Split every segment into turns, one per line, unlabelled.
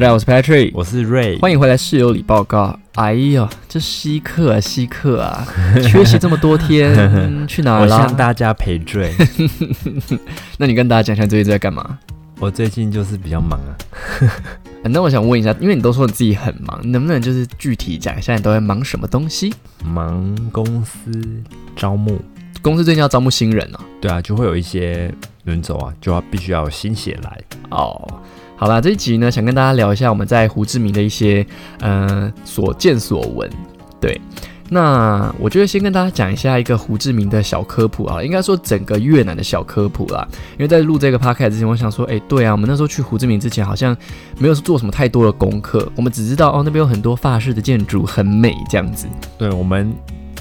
家好，我是 Patrick，
我是瑞，
欢迎回来室友里报告。哎呀，这稀客啊，稀客啊， 缺席这么多天， 嗯去哪
我
儿啦
向？大家赔罪。
那你跟大家讲一下最近在干嘛？
我最近就是比较忙啊，
啊那我想问一下，因为你都说你自己很忙，你能不能就是具体讲一下你都在忙什么东西？
忙公司招募，
公司最近要招募新人啊。
对啊，就会有一些人走啊，就要必须要有新血来。
哦，好啦，这一集呢，想跟大家聊一下我们在胡志明的一些呃所见所闻。对，那我觉得先跟大家讲一下一个胡志明的小科普啊，应该说整个越南的小科普啦。因为在录这个 podcast 之前，我想说，哎，对啊，我们那时候去胡志明之前好像没有做什么太多的功课，我们只知道哦那边有很多法式的建筑，很美这样子。
对我们，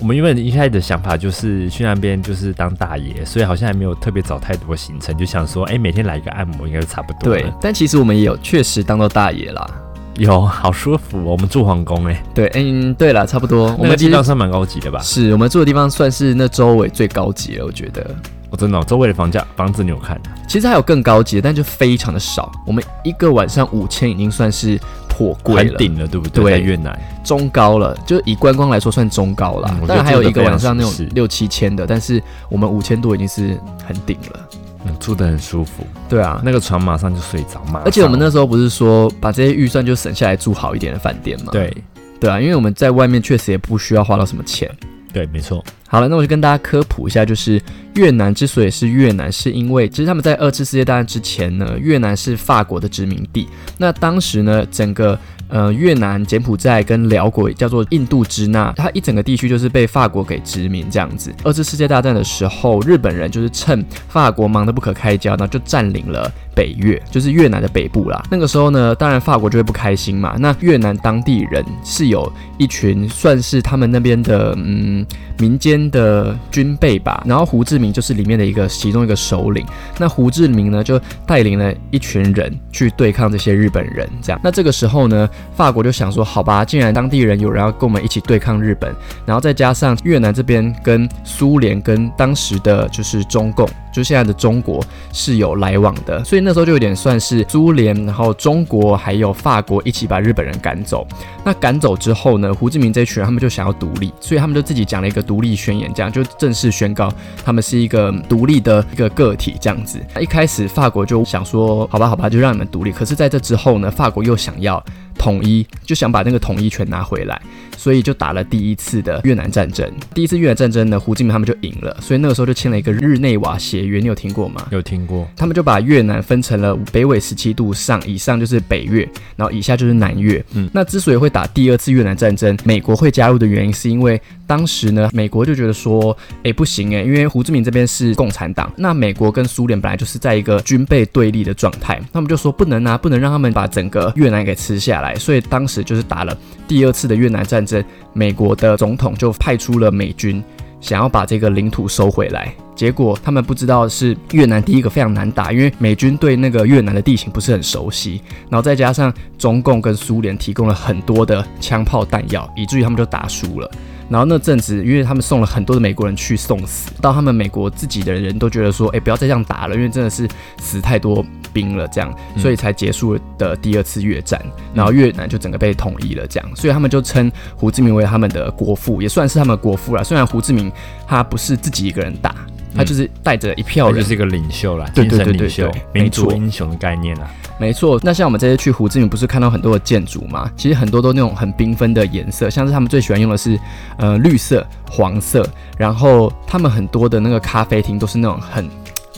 我们原本一开始的想法就是去那边就是当大爷，所以好像还没有特别找太多行程，就想说，哎，每天来一个按摩应该就差不多
对
了。，
但其实我们也有确实当到大爷啦。
有好舒服哦，我们住皇宫哎、
对，嗯，对了，差不多。我
那个
们其
地
实
方算蛮高级的吧？
是我们住的地方算是那周围最高级了，我觉得。
我、真的、哦，周围的房价房子你有看？
其实还有更高级的，但就非常的少。我们一个晚上五千已经算是颇贵
很
了，
顶了，对不对？
对
在越南，
中高了，就以观光来说算中高了
嗯。我觉得
当然还有一个晚上那
住
种
得非常舒适
六七千的，但是我们五千多已经是很顶了。
嗯，住得很舒服。
对啊，
那个床马上就睡着，马上
而且我们那时候不是说把这些预算就省下来住好一点的饭店吗？
对
对啊，因为我们在外面确实也不需要花到什么钱。
对，没错，
好了，那我就跟大家科普一下，就是越南之所以是越南，是因为其实他们在二次世界大战之前呢，越南是法国的殖民地。那当时呢，整个呃越南、柬埔寨跟辽国叫做印度支那，它一整个地区就是被法国给殖民这样子。二次世界大战的时候，日本人就是趁法国忙得不可开交，然后就占领了北越，就是越南的北部啦。那个时候呢，当然法国就会不开心嘛。那越南当地人是有一群算是他们那边的嗯民间的军备吧，然后胡志明就是里面的一个其中一个首领。那胡志明呢，就带领了一群人去对抗这些日本人，这样。那这个时候呢，法国就想说，好吧，既然当地人有人要跟我们一起对抗日本，然后再加上越南这边跟苏联跟当时的就是中共，就是现在的中国是有来往的，所以那时候就有点算是苏联，然后中国还有法国一起把日本人赶走。那赶走之后呢，胡志明这群人他们就想要独立，所以他们就自己讲了一个独立宣言，这样就正式宣告他们是一个独立的一个个体这样子。那一开始法国就想说，好吧，好吧，就让你们独立。可是在这之后呢，法国又想要统一，就想把那个统一权拿回来，所以就打了第一次的越南战争。第一次越南战争呢，胡志明他们就赢了，所以那个时候就签了一个日内瓦协约，你有听过吗？
有听过，
他们就把越南分成了北纬十七度上以上就是北越，然后以下就是南越。嗯
嗯，
那之所以会打第二次越南战争，美国会加入的原因是因为当时呢，美国就觉得说，哎、不行哎、因为胡志明这边是共产党，那美国跟苏联本来就是在一个军备对立的状态，他们就说不能啊，不能让他们把整个越南给吃下来，所以当时就是打了第二次的越南战争，美国的总统就派出了美军想要把这个领土收回来。结果他们不知道是越南第一个非常难打，因为美军对那个越南的地形不是很熟悉，然后再加上中共跟苏联提供了很多的枪炮弹药，以至于他们就打输了。然后那阵子，因为他们送了很多的美国人去送死，到他们美国自己的人都觉得说，哎，不要再这样打了，因为真的是死太多兵了，这样，
嗯
所以才结束了的第二次越战。然后越南就整个被统一了，这样，所以他们就称胡志明为他们的国父，也算是他们的国父了。虽然胡志明他不是自己一个人打，他就是带着一票
嗯他
人，
就是一个领袖啦，
对
精
对
神
对对
领袖
对对，
民
没
族
错
英雄的概念啊啦。
没错，那像我们这次去胡志明，不是看到很多的建筑嘛？其实很多都那种很缤纷的颜色，像是他们最喜欢用的是呃绿色、黄色，然后他们很多的那个咖啡厅都是那种很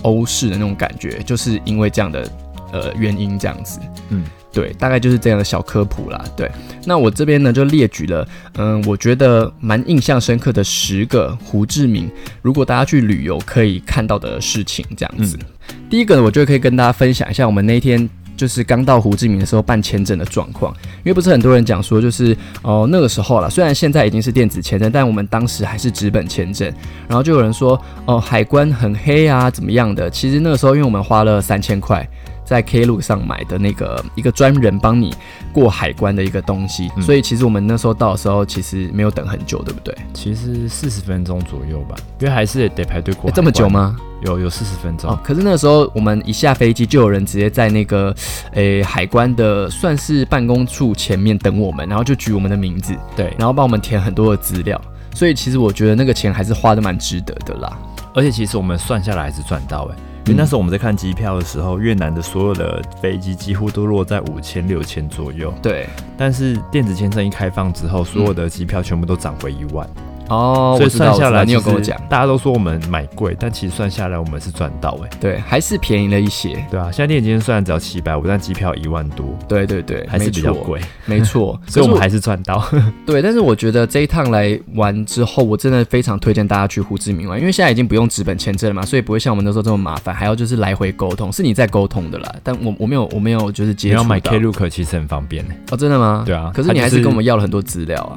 欧式的那种感觉，就是因为这样的呃原因这样子。
嗯，
对，大概就是这样的小科普啦。对，那我这边呢就列举了，嗯，我觉得蛮印象深刻的十个胡志明，如果大家去旅游可以看到的事情这样子。第一个呢，我就可以跟大家分享一下我们那一天。就是刚到胡志明的时候办签证的状况，因为不是很多人讲说，就是哦、那个时候啦，虽然现在已经是电子签证，但我们当时还是纸本签证。然后就有人说哦、海关很黑啊，怎么样的？其实那个时候因为我们花了三千块在 Klook 上买的那个一个专人帮你过海关的一个东西，
嗯
所以其实我们那时候到的时候，其实没有等很久，对不对？
其实四十分钟左右吧，因为还是得排队过、
诶这么久？吗？
有有四十分钟。
哦，可是那个时候我们一下飞机就有人直接在那个诶、海关的算是办公处前面等我们，然后就举我们的名字，
对，
然后帮我们填很多的资料，所以其实我觉得那个钱还是花的蛮值得的啦。
而且其实我们算下来还是赚到哎、因
嗯
为那时候我们在看机票的时候，越南的所有的飞机几乎都落在五千六千左右，
对，
但是电子签证一开放之后，所有的机票全部都涨回一万，
哦，
所
我
以
知道我
算下
知道
来
你有
其
跟我
实
讲，
大家都说我们买贵，但其实算下来我们是赚到哎、
对，还是便宜了一些。
对啊，现在电子签证虽然只要七百五，但机票一万多，
对对对，
还是比较贵，
没错，没错。
所以我们
可
还是 赚到。
是对，但是我觉得这一趟来玩之后，我真的非常推荐大家去胡志明玩，因为现在已经不用纸本签证了嘛，所以不会像我们那时候这么麻烦，还要就是来回沟通，是你在沟通的啦，但我我没有我没有就是
你
接触
要买
到
Klook 其实很方便哎、
哦，真的吗？
对啊
可是你
它
还
就是
是跟我们要了很多资料啊。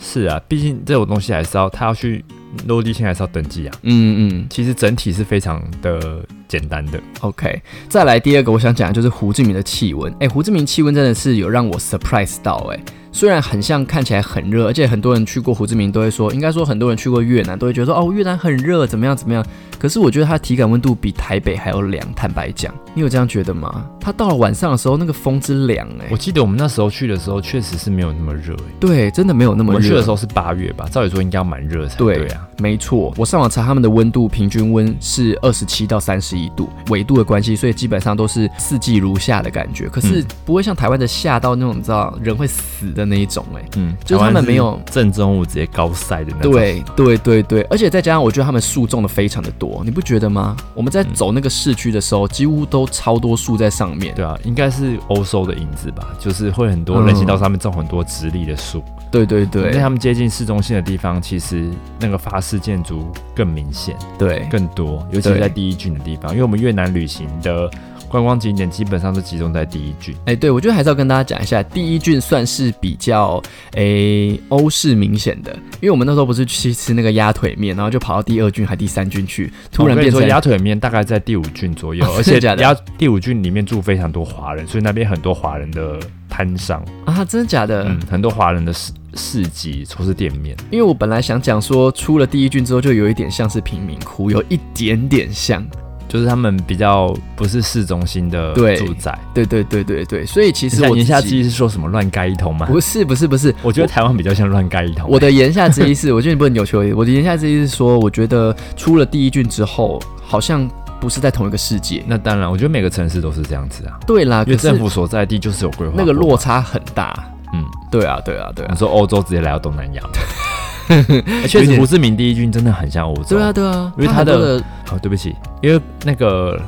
是啊，毕竟这种东西还是要他要去落地签还是要登记啊。
嗯嗯
其实整体是非常的简单的，
，OK。再来第二个，我想讲的就是胡志明的气温。哎，胡志明气温真的是有让我 surprise 到哎、虽然很像看起来很热，而且很多人去过胡志明都会说，应该说很多人去过越南都会觉得说哦越南很热，怎么样怎么样。可是我觉得它体感温度比台北还要凉，坦白讲，你有这样觉得吗？它到了晚上的时候，那个风之凉哎、
我记得我们那时候去的时候，确实是没有那么热、欸。
对，真的没有那
我
么
们去
热
的时。候是八月吧，照理说应该要蛮热才
对
对啊。
没错，我上网查他们的温度平均温是二十七到三十一度，纬度的关系，所以基本上都是四季如夏的感觉。可是
嗯
不会像台湾的夏到那种你知道人会死的那一种、欸，哎。
嗯，
就是他们
台湾
没有
正中午直接高晒的那种。，
对对对对，而且再加上我觉得他们树种的非常的多，你不觉得吗？
嗯
我们在走那个市区的时候，几乎都超多树在上面。
对啊，应该是欧洲的影子吧，就是会很多
嗯
人行道上面种很多直立的树。
对对
在
对
他们接近市中心的地方，其实那个法式建筑更明显、
对，
更多，尤其是
对
在第一郡的地方，因为我们越南旅行的观光景点基本上都集中在第一郡。
哎，对，我觉得还是要跟大家讲一下，第一郡算是比较哎欧式明显的，因为我们那时候不是去吃那个鸭腿面，然后就跑到第二郡还第三郡去，突然
哦我跟
变
你说
成，
鸭腿面大概在第五郡左右而
真的
且
假的
鸭第五郡里面住非常多华人，所以那边很多华人的摊商，
啊，真的假的？
嗯，很多华人的市市集或是店面。
因为我本来想讲说，出了第一郡之后就有一点像是贫民窟，有一点点像。
就是他们比较不是市中心的
对
住宅。
对对对对对，所以其
你
实
想
我
言下
自
之
己
意是说什么乱盖一通吗？
不是不是不是，
我觉得台湾比较像乱盖一通。欸
我的言下之意是，我觉得你不能扭曲我的意思。我的言下之意是说，我觉得出了第一郡之后，好像不是在同一个世界。
那当然，我觉得每个城市都是这样子啊，
对啦，
因为
可是
政府所在地就是有规划。
那个落，差很大。
嗯，
对啊，对啊，对
你
啊，
说欧洲直接来到东南 亚吗， 欸确
有
实
点
胡志明第一郡真的很像欧洲。
对啊，，对啊，
因为
它
它的
很多的
哦，对不起，因为那个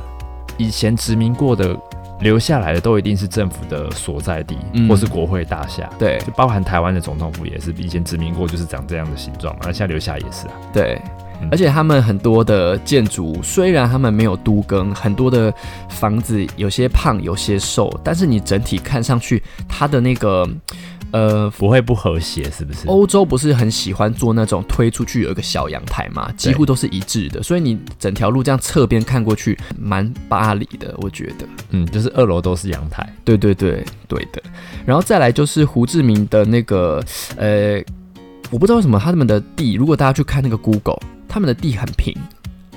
以前殖民过的留下来的都一定是政府的所在地，
嗯
或是国会大厦。
对
就包含台湾的总统府也是，以前殖民过就是长这样的形状嘛，那现在留下来也是啊。
对
嗯。
而且他们很多的建筑，虽然他们没有都更，很多的房子有些胖，有些瘦，但是你整体看上去，它的那个，呃，
不会不和谐，是不是？
欧洲不是很喜欢做那种推出去有一个小阳台嘛，几乎都是一致的，所以你整条路这样侧边看过去，蛮巴黎的，我觉得。
嗯，就是二楼都是阳台，
对对对对的，然后再来就是胡志明的那个呃，我不知道为什么他们的地，如果大家去看那个 Google，他们的地很平。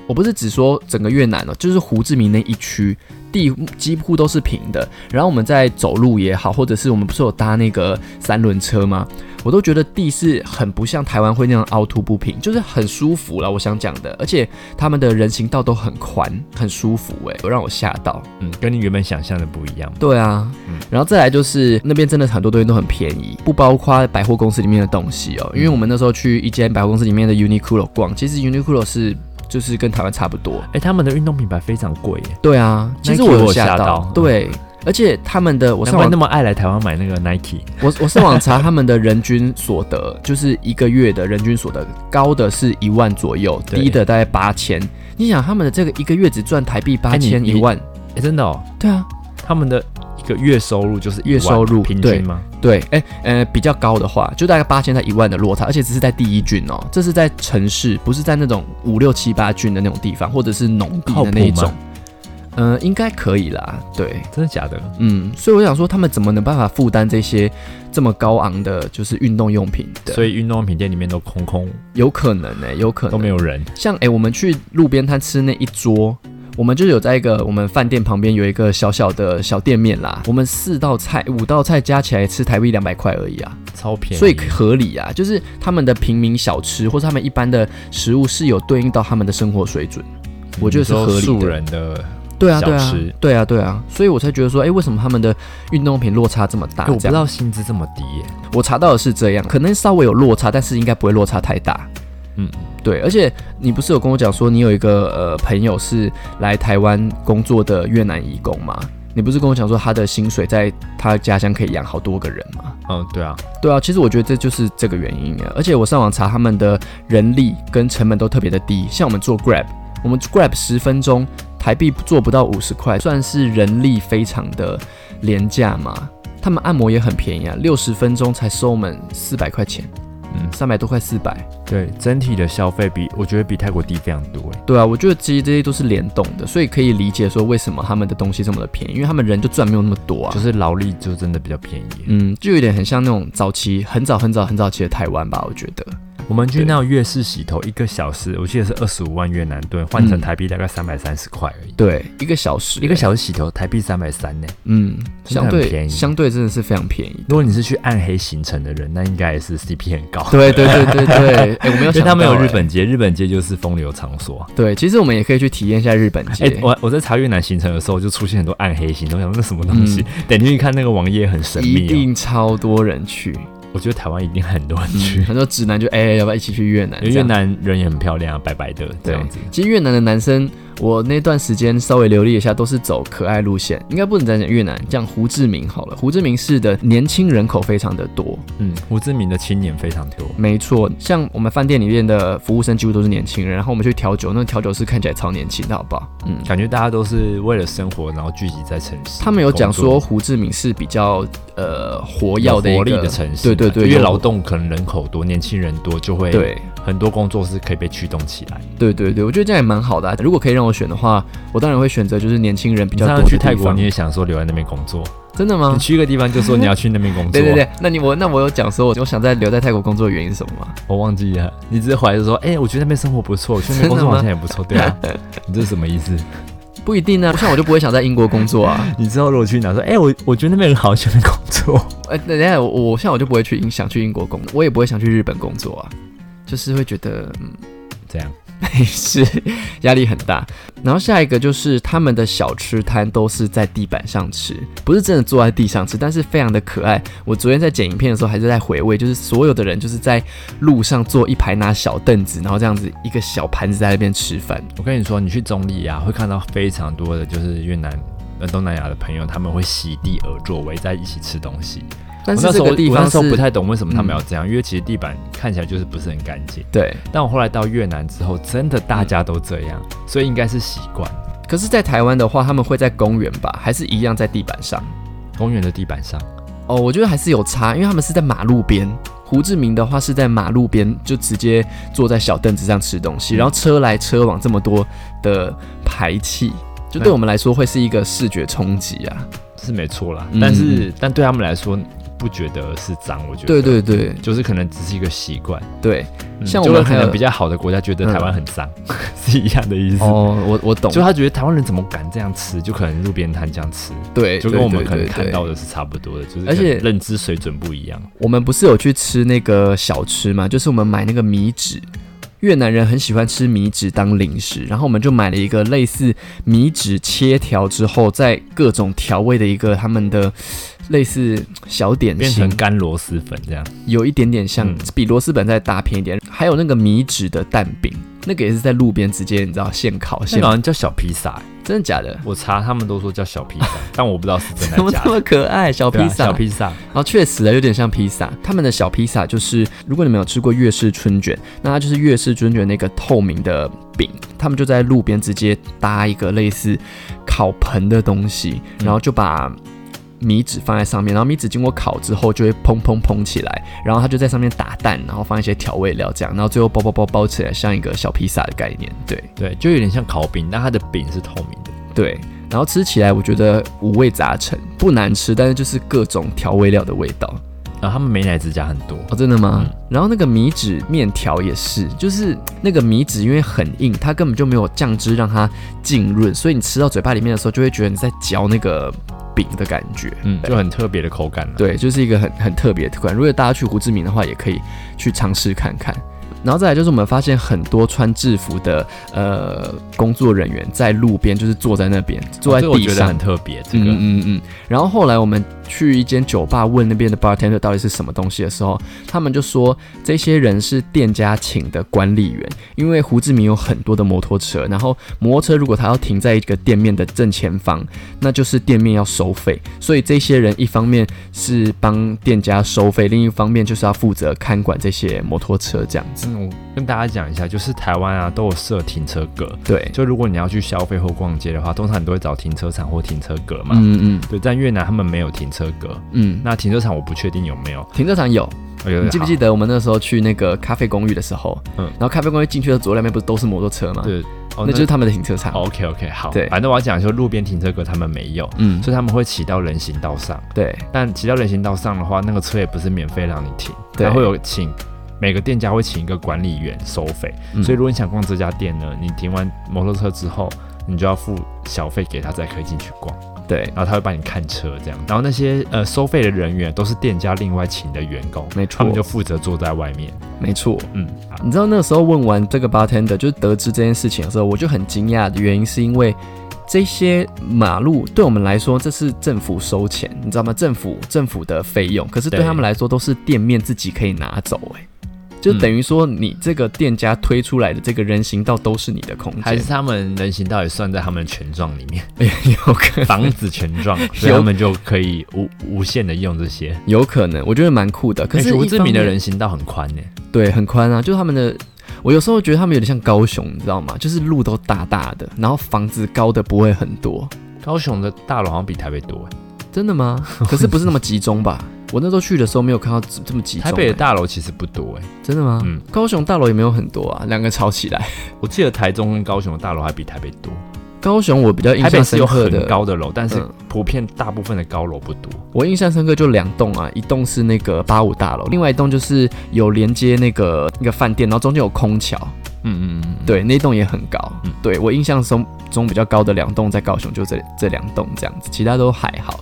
我不是只说整个越南哦，就是胡志明那一区地几乎都是平的。然后我们在走路也好，或者是我们不是有搭那个三轮车吗？我都觉得地是很不像台湾会那样凹凸不平，就是很舒服了。我想讲的，而且他们的人行道都很宽，很舒服、欸，有让我吓到。
嗯，跟你原本想象的不一样。
对啊，
嗯
然后再来就是那边真的很多东西都很便宜，不包括百货公司里面的东西
嗯
哦。因为我们那时候去一间百货公司里面的 Uniqlo 逛，其实 Uniqlo 是就是跟台湾差不多。
哎、他们的运动品牌非常贵耶，
对啊，其实
Nike 我
有
有
吓
吓
到，
到
对。而且他们的，我
难
上
怪
网
那么爱来台湾买那个 Nike。
我我上网查他们的人均所得，就是一个月的人均所得，高的是一万左右，
对
低的大概八千。你想他们的这个一个月只赚台币八
哎你
千一
你
万，
哎、真的哦，
对啊，
他们的一个月收入就是
月
1万
收入
平
对
均吗？
对，哎、呃，比较高的话，就大概八千到一万的落差，而且只是在第一郡哦，这是在城市，不是在那种五六七八郡的那种地方，或者是农地
靠
的
谱
那一种
吗。
嗯、应该可以啦，对，
真的假的？
嗯，所以我想说，他们怎么能办法负担这些这么高昂的，就是运动用品的？
所
以
以运动用品店里面都空空，
有可能呢、有可能
都没有人。
像诶，我们去路边摊吃那一桌，我们就有在一个我们饭店旁边有一个小小的小店面啦。我们四道菜、五道菜加起来吃台币两百块而已啊，
超便宜，
所以合理啊。就是他们的平民小吃或是他们一般的食物是有对应到他们的生活水准。我觉得是合理的
嗯你说素人的。
对啊，对
小
啊
吃，
对啊，对啊，所以我才觉得说，诶，为什么他们的运动品落差这么大？
哎我不
这样
知道薪资这么低耶，
我查到的是这样，可能稍微有落差，但是应该不会落差太大。
嗯，
对，而且你不是有跟我讲说，你有一个呃朋友是来台湾工作的越南移工吗？你不是跟我讲说他的薪水在他家乡可以养好多个人吗？
嗯，对啊，
对啊，其实我觉得这就是这个原因啊。而且我上网查他们的人力跟成本都特别的低，像我们做 Grab，我们 Grab 十分钟台币做不到五十块，算是人力非常的廉价嘛。他们按摩也很便宜啊，六十分钟才收我们四百块钱，
嗯，
三百多块四百。
对，整体的消费比我觉得比泰国低非常多哎，
对啊，我觉得其实这些都是联动的，所以可以理解说为什么他们的东西这么的便宜，因为他们人就赚没有那么多啊。
就是劳力就真的比较便宜。
嗯，就有点很像那种早期很早很早很早期的台湾吧，我觉得。
我们去那种粤式洗头一个小时，我记得是二十五万越南盾，换成台币大概三百三十块而已。
对，一个小时，
嗯一个小时洗头台币三百三呢。
嗯，
真的
相
很
对
便宜
相对真的是非常便 宜。
如果你是去暗黑行程的人，那应该也是 CP 很 高。
对对对对对， 哎、我们要
因为
想
他们有
到
日
哎。
本街，日本街就是风流场所。
对，其实我们也可以去体验一下日本街。
哎、我我在查越南行程的时候，就出现很多暗黑行程，我想那什么东西？ 点进去看那个网页很神
嗯一
秘、
定超多人去，
哦。我觉得台湾一定很多人去
嗯，，很多直男就哎、要不要一起去越南？
因为
这
越
样
南人也很漂亮啊，白白的这
对
样子。
其实越南的男生，我那段时间稍微留意一下，都是走可爱路线。应该不能再讲越南，讲胡志明好了。胡志明市的年轻人口非常的多，
嗯，胡志明的青年非常多。
没错。像我们饭店里面的服务生几乎都是年轻人，然后我们去调酒，那个调酒师看起来超年轻的，好不好？嗯。
感觉大家都是为了生活，然后聚集在城市。
他们有讲说
工作
胡志明是比较呃活跃
有
的一
活
个
力的城市，
对对对，
因为
有
劳动可能人口多，年轻人多，就会
对
很多工作是可以被驱动起来。
对对对，我觉得这样也蛮好的啊、如果可以让我选的话，我当然会选择就是年轻人比
你
较
上
多
次
的
去泰
地
国，
方
你也想说留在那边工作，
真的吗
你？去一个地方就说你要去那边工作，
对对，对，那你我那我有讲说，我我想在留在泰国工作的原因是什么吗？
我忘记了，你只是怀着说，哎，我觉得那边生活 不错，我去那边工作好像也不错，对啊，你这是什么意思？
不一定啊，像我就不会想在英国工作 啊。
你之后如果去哪说，哎，我我觉得那边很好，想工作，
呃，等一下我我像我就不会去英想去英国工作，我也不会想去日本工作啊，就是会觉得嗯
这样，
没事，压力很大。然后下一个就是他们的小吃摊都是在地板上吃，不是真的坐在地上吃，但是非常的可爱。我昨天在剪影片的时候还是在回味，就是所有的人就是在路上坐一排拿小凳子，然后这样子一个小盘子在那边吃饭。
我跟你说，你去中立啊，会看到非常多的就是越南。呃，东南亚的朋友他们会席地而坐，围在一起吃东西。
但
我
是
那时
这
候
个地
我
方
那时候
是
不太懂为什么他们要这样，因为其实地板看起来就是不是很干净。
对，
但我后来到越南之后，真的大家都这样，所以应该是习惯。
可是，在台湾的话，他们会在公园吧，还是一样在地板上？
公园的地板上，
哦，我觉得还是有差，因为他们是在马路边。胡志明的话是在马路边就直接坐在小凳子上吃东
嗯
西，然后车来车往这么多的排气，就对我们来说会是一个视觉冲击啊。
是没错啦，
嗯
但是但对他们来说不觉得是脏，我觉得
对，对对
就是可能只是一个习惯。
对，
嗯
像我
就
们
跟可
还
能
有嗯
比较好的国家觉得台湾很脏、 是一样的意思。
哦，我我懂
就，他觉得台湾人怎么敢这样吃，就可能路边摊这样吃，
对，
就跟我们
对
可能
对
看
对
到的是差不多的，就是
而且
可能认知水准不一样。
我们不是有去吃那个小吃嘛？就是我们买那个米纸，越南人很喜欢吃米纸当零食，然后我们就买了一个类似米纸切条之后，再各种调味的一个他们的类似小点
变
心
成，干螺蛳粉这样，
有一点点像，
嗯
比螺蛳粉再大片一点。还有那个米纸的蛋饼，那个也是在路边直接你知道现烤
那
现
个好，像叫小披萨欸、
真的假的？
我查他们都说叫小披萨， 但我不知道是真
怎么
的假
这
的。
么可爱？小披
对啊
萨、
小披萨，
然后确实啊，有点像披萨。他们的小披萨就是，如果你们有吃过粤式春卷，那它就是粤式春卷那个透明的饼，他们就在路边直接搭一个类似烤盆的东西，
嗯
然后就把。米纸放在上面，然后米纸经过烤之后就会砰砰砰起来，然后它就在上面打蛋，然后放一些调味料这样，然后最后包包包包起来，像一个小披萨的概念。对
对，就有点像烤饼，但它的饼是透明的。
对，然后吃起来我觉得五味杂陈，不难吃，但是就是各种调味料的味道。
然后他们美乃滋加很多，
哦，真的吗？
嗯
然后那个米纸面条也是，就是那个米纸因为很硬，它根本就没有酱汁让它浸润，所以你吃到嘴巴里面的时候，就会觉得你在嚼那个饼的感觉。
嗯，就很特别的口感了。
对，就是一个很很特别的款。如果大家去胡志明的话，也可以去尝试看看。然后再来就是我们发现很多穿制服的呃工作人员在路边，就是坐在那边，坐
哦
在
这个我
地
觉得
上
很。特别，这
嗯
个
嗯嗯。然后后来我们去一间酒吧问那边的 bartender 到底是什么东西的时候，他们就说这些人是店家请的管理员，因为胡志明有很多的摩托车，然后摩托车如果它要停在一个店面的正前方，那就是店面要收费，所以这些人一方面是帮店家收费，另一方面就是要负责看管这些摩托车这样子。
嗯，我跟大家讲一下，就是台湾啊都有设停车格，
对，
就如果你要去消费或逛街的话，通常你都会找停车场或停车格嘛。
嗯嗯
对，但越南他们没有停车格，
嗯，
那停车场我不确定有没有。
停车哦场有，
哎呦
你记不记？得我们那时候去那个咖啡公寓的时候，
嗯
然后咖啡公寓进去的左右两边不是都是摩托车吗？
好，对，哦、
那就是他们的停车场。
OK OK 好。
对
反正我要讲说路边停车格他们没有，
嗯，
所以他们会骑到人行道上。
对，
但骑到人行道上的话，那个车也不是免费让你停，
对
它会有请每个店家会请一个管理员收费。
嗯
所以如果你想逛这家店呢，你停完摩托车之后，你就要付小费给他，才可以进去逛。
对，
然后他会帮你看车这样。然后那些呃收费的人员都是店家另外请的员工，
没
他
错
们，就负责坐在外面。
没错。
嗯，啊
你知道那个时候问完这个 bartender，就是得知这件事情的时候，我就很惊讶的原因是因为这些马路对我们来说这是政府收钱，你知道吗？政府政府的费用，可是对
对
他们来说都是店面自己可以拿走、欸，就
嗯
等于说你这个店家推出来的这个人行道都是你的空
还
间
是，他们人行道也算在他们的权状里 面，
有可能。
防止权状，所以他们就可以无无限的用这些。
有可能，我觉得蛮酷的。可是
欸胡
一
志
方
明的
面
人行道很宽呢、
对，很宽啊，就是他们的。我有时候觉得他们有点像高雄，你知道吗？就是路都大大的，然后房子高的不会很多，
高雄的大楼好像比台北多、欸，
真的 吗？可是不是那么集中吧？我那时候去的时候没有看到这这么集中、
台北的
欸
大楼其实不多哎、
真的吗？
嗯
高雄大楼也没有很多啊，两个吵起来。
我记得台中跟高雄的大楼还比台北多，
高雄我比较印
台北
象
是
深
有
刻的
很，高的楼，但是
嗯
普遍大部分的高楼不多。
我印象深刻就两栋啊，一栋是那个八五大楼，另外一栋就是有连接那个那个饭店，然后中间有空桥，
嗯嗯嗯，
对，那栋也很高。
嗯
对我印象中中比较高的两栋在高雄就这这两栋这样子，其他都还好。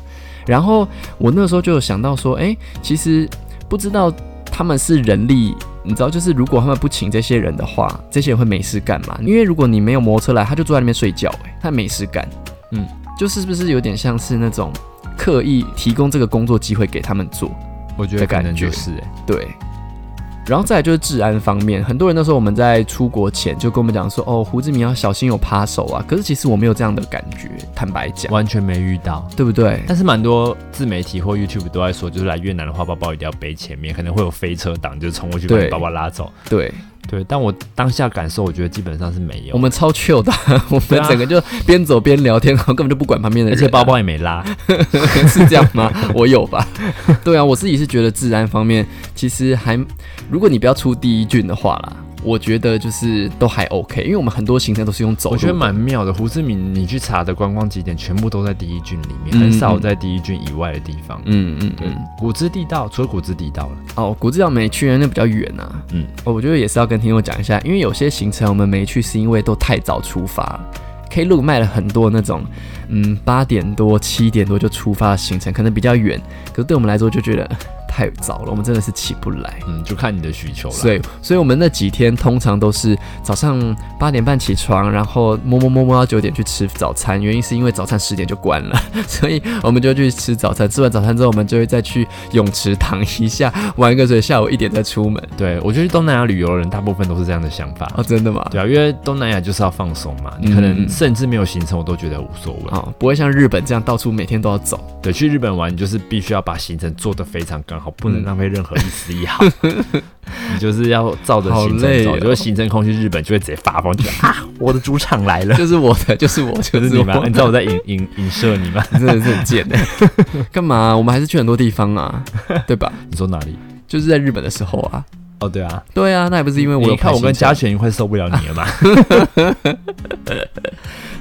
然后我那时候就有想到说，哎、其实不知道他们是人力，你知道，就是如果他们不请这些人的话，这些人会没事干嘛？因为如果你没有摩托车来，他就坐在那边睡觉、诶他没事干，
嗯，
就是不是有点像是那种刻意提供这个工作机会给他们做？
我觉得
的
可
感
能就
觉
是哎、
对。然后再来就是治安方面，很多人那时候我们在出国前就跟我们讲说，哦，胡志明要小心有扒手啊。可是其实我没有这样的感觉，坦白讲，
完全没遇到。
对不 对？
但是蛮多自媒体或 YouTube 都在说，就是来越南的话，包包一定要背前面，可能会有飞车党，就是冲过去把
对
你包包拉走。
对，
对，但我当下感受，我觉得基本上是没有。
我们超 chill 的，我
对
们
啊
整个就边走边聊天，然后根本就不管旁边的
而
人、
且包包也没拉，
是这样吗？ 我有吧？对啊，我自己是觉得治安方面其实还，如果你不要出第一郡的话啦，我觉得就是都还 OK，因为我们很多行程都是用走路
我
的。
觉得蛮妙的。胡志明，你去查的观光景点全部都在第一郡里面，
嗯
很少在第一郡以外的地方。
嗯嗯嗯。
古之地道，除了古之地道了，
哦，古之岛没去，因为那比较远啊。
嗯
嗯，哦，我觉得也是要跟听众讲一下，因为有些行程我们没去，是因为都太早出发了。K 路卖了很多那种，嗯，八点多、七点多就出发的行程，可能比较远，可是对我们来说就觉得呃太早了，我们真的是起不来。
嗯，就看你的需求了。
所以，所以我们那几天通常都是早上八点半起床，然后摸摸摸摸到九点去吃早餐。原因是因为早餐十点就关了， 所以我们就去吃早餐。吃完早餐之后，我们就会再去泳池躺一下，玩个水，下午一点再出门。
对我觉得东南亚旅游的人大部分都是这样的想法。
哦，真的吗？
对啊，因为东南亚就是要放松嘛，
嗯
你可能甚至没有行程，我都觉得无所谓。
哦，不会像日本这样到处每天都要 走。
对，去日本玩就是必须要把行程做得非常刚好，不能
嗯
浪费任何一丝一 毫。你就是要照着行
好
程
累
走，
哦
就是行程空去日本就会直接发疯，就觉得啊，我的主场来了，
就是我的，就是我，就
就是
是
你
我，
吗？你知道我在影影影射你吗？
真的是很 贱的。 干嘛、我们还是去很多地方啊，对吧？
你说哪里？
就是在日本的时候啊，
哦，对啊，
对啊，那也不是因为我有
你看我跟
家。
嘉璇快受不了你 了嘛。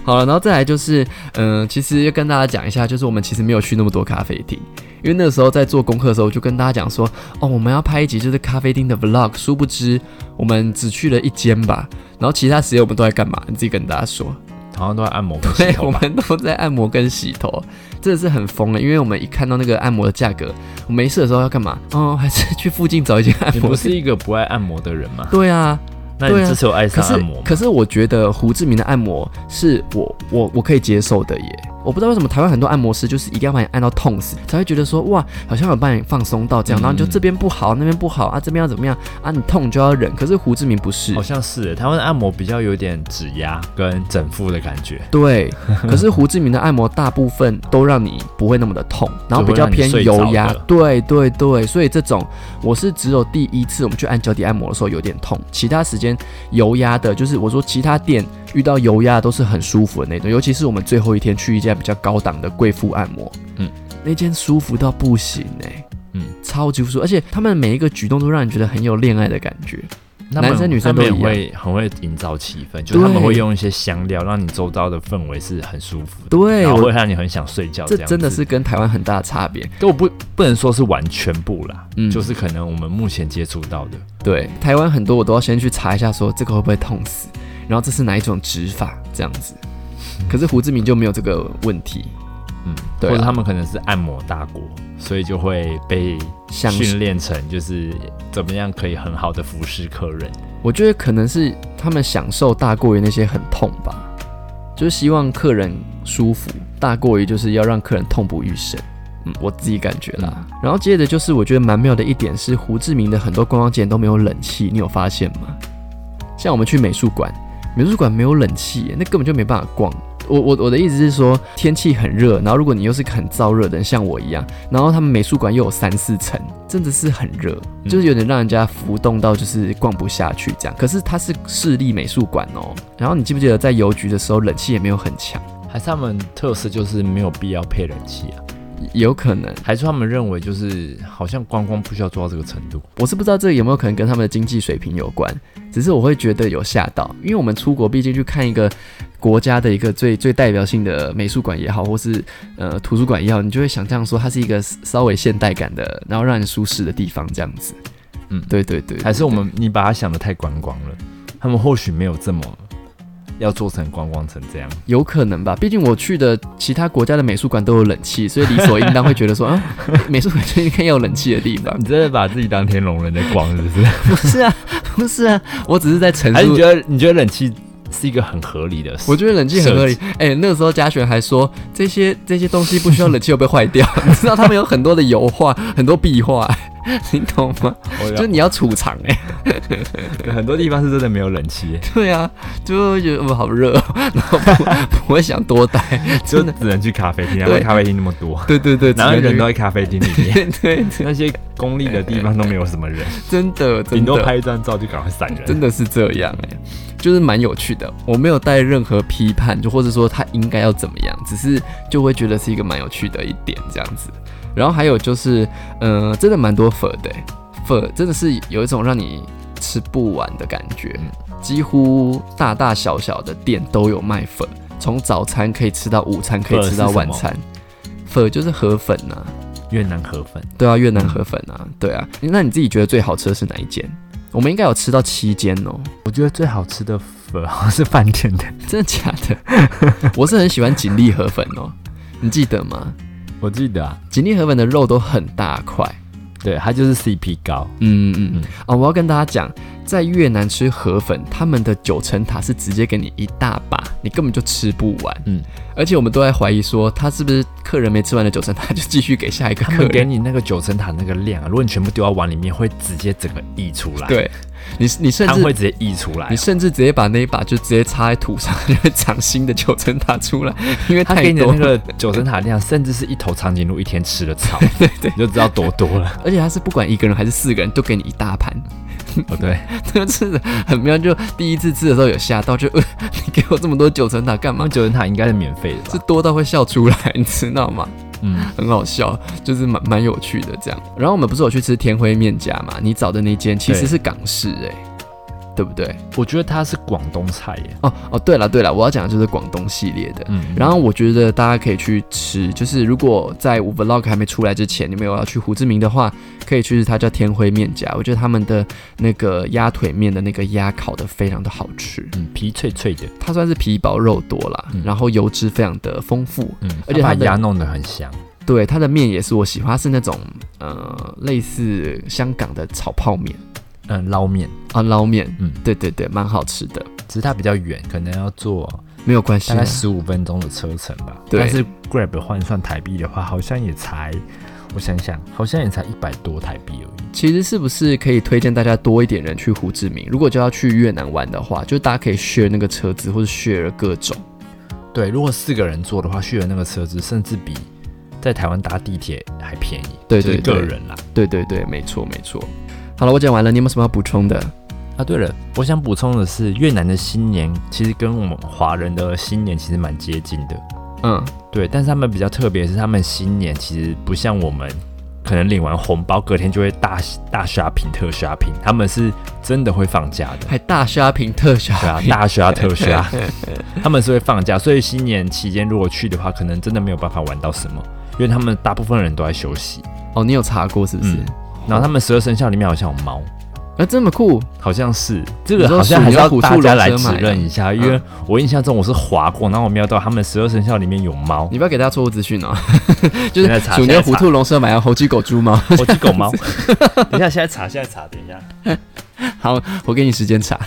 好了，然后再来就是，嗯、其实要跟大家讲一下，就是我们其实没有去那么多咖啡厅，因为那时候在做功课的时候，我就跟大家讲说，哦，我们要拍一集就是咖啡厅的 vlog，殊不知我们只去了一间吧，然后其他时间我们都在干嘛？你自己跟大家说，
好像都在按摩跟洗
对，
头
我
吧。
们都在按摩跟洗头，真的是很疯欸了，因为我们一看到那个按摩的价格，我没事的时候要干嘛？哦，还是去附近找一间按
你
摩
不
店。
是一个不爱按摩的人吗？
对啊，
那你
对啊
这次有爱
可
上
是
按摩吗？
可是我觉得胡志明的按摩是我我我可以接受的耶。我不知道为什么台湾很多按摩师就是一定要把你按到痛死，才会觉得说哇，好像有把你放松到这样，
嗯
然后你就这边不好，那边不好啊，这边要怎么样啊，你痛就要忍。可是胡志明不是
好，像是耶，欸台湾的按摩比较有点指压跟整腹的感觉，
对。可是胡志明的按摩大部分都让你不会那么的痛，然后比较偏油压
就会让你睡着的，
对对对。所以这种我是只有第一次我们去按脚底按摩的时候有点痛，其他时间油压的，就是我说其他店遇到油压都是很舒服的那种，尤其是我们最后一天去一家比较高档的贵妇按摩，嗯
嗯，
那间舒服到不行哎、嗯
嗯，
超级舒服，而且他们每一个举动都让你觉得很有恋爱的感觉。
那他们
男生女生
他们
都
也
一样
会很会营造气氛，就是他们会用一些香料，让你周遭的氛围是很舒服的，
对
然后
我
会让你很想睡觉
这
样子
真的是，跟台湾很大的差别。
但我不不能说是完全不啦，
嗯
就是可能我们目前接触到的，
对，台湾很多我都要先去查一下说这个会不会痛死，然后这是哪一种指法这样子。可是胡志明就没有这个问题，
嗯，
对啊
或者他们可能是按摩大国，所以就会被
像
训练成就是怎么样可以很好的服侍客人，
我觉得可能是他们享受大过于那些很痛吧，就是希望客人舒服，大过于就是要让客人痛不欲生。嗯，我自己感觉啦。然后接着就是我觉得蛮妙的一点是，胡志明的很多观光景点都没有冷气，你有发现吗？像我们去美术馆，美术馆没有冷气耶，那根本就没办法逛。我我我的意思是说，天气很热，然后如果你又是很燥热的人，像我一样，然后他们美术馆又有三四层，真的是很热，
嗯
就是有点让人家浮动到就是逛不下去这样。可是它是市立美术馆哦，然后你记不记得在邮局的时候，冷气也没有很强，
还是他们特色就是没有必要配人气啊？
也有可能
还是他们认为就是好像观光不需要做到这个程度？
我是不知道这有没有可能跟他们的经济水平有关，只是我会觉得有吓到，因为我们出国毕竟去看一个国家的一个最最代表性的美术馆也好，或是呃图书馆也好，你就会想象说它是一个稍微现代感的，然后让人舒适的地方这样子。
嗯
对对对，
还是我们你把它想的太观光了？他们或许没有这么要做成观光成这样。
有可能吧，毕竟我去的其他国家的美术馆都有冷气，所以理所应当会觉得说，啊，美术馆就应该要有冷气的地方。
你真的把自己当天龙人在逛是不是？
不是啊，不是啊，我只是在陈
还是
述
你觉得你觉得冷气是一个很合理的事？
我觉得冷气很合理
设。
哎、那时候嘉璇还说这些这些东西不需要冷气会不会坏掉？ 你知道他们有很多的油画，很多壁画， 你懂吗？
我
就是你要储藏哎、
很多地方是真的没有冷 气，
对啊，就会觉得我好热哦， 然后不不会想多待，
就
真的。
只能去咖啡厅，然
对
后咖啡厅那么 多，
对对 对，
然后
只能
人
去
都在咖啡厅里面。
对 对，
那些公立的地方都没有什 么人，
真的
顶
真
多
的
拍一张照就赶快散人。
真的是这样哎、就是蛮有趣的。我没有带任何批判，就或者说他应该要怎么样，只是就会觉得是一个蛮有趣的一点这样子。然后还有就是，呃，真的蛮多粉的、欸，粉真的是有一种让你吃不完的感觉，几乎大大小小的店都有卖粉，从早餐可以吃到午餐，可以吃到晚餐。粉就是河粉呐、
越南河粉，
对啊，越南河粉啊，对啊。那你自己觉得最好吃的是哪一间？我们应该有吃到七间哦、
我觉得最好吃的粉好像是饭店的。
真的假的？ 我是很喜欢锦鲤河粉哦，你记得吗？
我记得啊，
锦鲤河粉的肉都很大块。
对，它就是 CP 高，
嗯嗯嗯
嗯
啊！我要跟大家讲，在越南吃河粉，他们的九层塔是直接给你一大把，你根本就吃不完。嗯
嗯，
而且我们都在怀疑说，他是不是客人没吃完的九层塔就继续给下一个
他
客
们给
人？
你那个九层塔那个量啊，如果你全部丢到碗里面，会直接整个溢出来，，
对，你你甚
它
至
会直接溢出来
你。甚至直接把那一把就直接插在土上，就会长新的九层塔出来，因为
他
太
给你的
多
那。个九层塔量，甚至是一头长颈鹿一天吃的草， 对对，你就知道多多 了。
而且他是不管一个人还是四个人，都给你一大盘。
哦，对，
真的很妙，就第一次吃的时候有吓到，就、 呃、你给我这么多九层塔干
他
嘛
们？九层塔应该是免费的
是
吧？
多到会笑出来，你知道吗？
嗯，
很好笑，就是蛮蛮有趣的这样。然后我们不是有去吃天辉面家嘛？你找的那间其实
对
是港式哎、对不对？
我觉得它是广东菜耶。
哦哦，对了对了，我要讲的就是广东系列的。
嗯，
然后我觉得大家可以去吃，就是如果在我 vlog 还没出来之前，你们有要去胡志明的话，可以去它叫天辉面家。我觉得他们的那个鸭腿面的那个鸭烤的非常的好吃，
嗯皮脆脆的，
它算是皮薄肉多啦，
嗯
然后油脂非常的丰富。
嗯，
而且
它
它
把
的
鸭弄得很香。
对，它的面也是我喜欢，它是那种呃类似香港的炒泡面
嗯，捞面，
啊捞面，
嗯，
对对对，蛮好吃的，
只是它比较远，可能要坐
没有关系
大
啊
概。十五分钟的车程吧。
对
但是 Grab 换算台币的话，好像也才，我想想，好像也才一百多台币而已。
其实是不是可以推荐大家多一点人去胡志明？如果就要去越南玩的话，就大家可以 share 那个车子或者 share 各种。
对，如果四个人坐的话，去了那个车子，甚至比在台湾搭地铁还便宜。
对
就是
对对
个人啦。
对对对，没错没错。好了，我讲完了，你有没有什么要补充的？
啊，对了，我想补充的是，越南的新年其实跟我们华人的新年其实蛮接近的。
嗯，
对，但是他们比较特别的是，他们新年其实不像我们，可能领完红包隔天就会大大 shopping 特 shopping，他们是真的会放假的。
还大虾平特虾
对啊，
平，
大学啊，特学啊，他们是会放假，所以新年期间如果去的话，可能真的没有办法玩到什么，因为他们大部分人都在休息。
哦，你有查过是不是？
嗯然后他们十二生肖里面好像有猫，
啊，这么酷，
好像是这
你
个
说
好像还是要大家来嗯
鼠牛虎兔龙蛇
指
马
认一下，因为我印象中我是划过，然后我瞄到他们十二生肖里面有 猫，
你不要给大家错误资讯哦。 就
现在
是
查
鼠牛、
现在查
虎兔、龙蛇、马羊、猴、鸡、狗、猪、猫。
我是狗 猫。等一下，现在查，现在查，等 一下，
好，我给你时间查，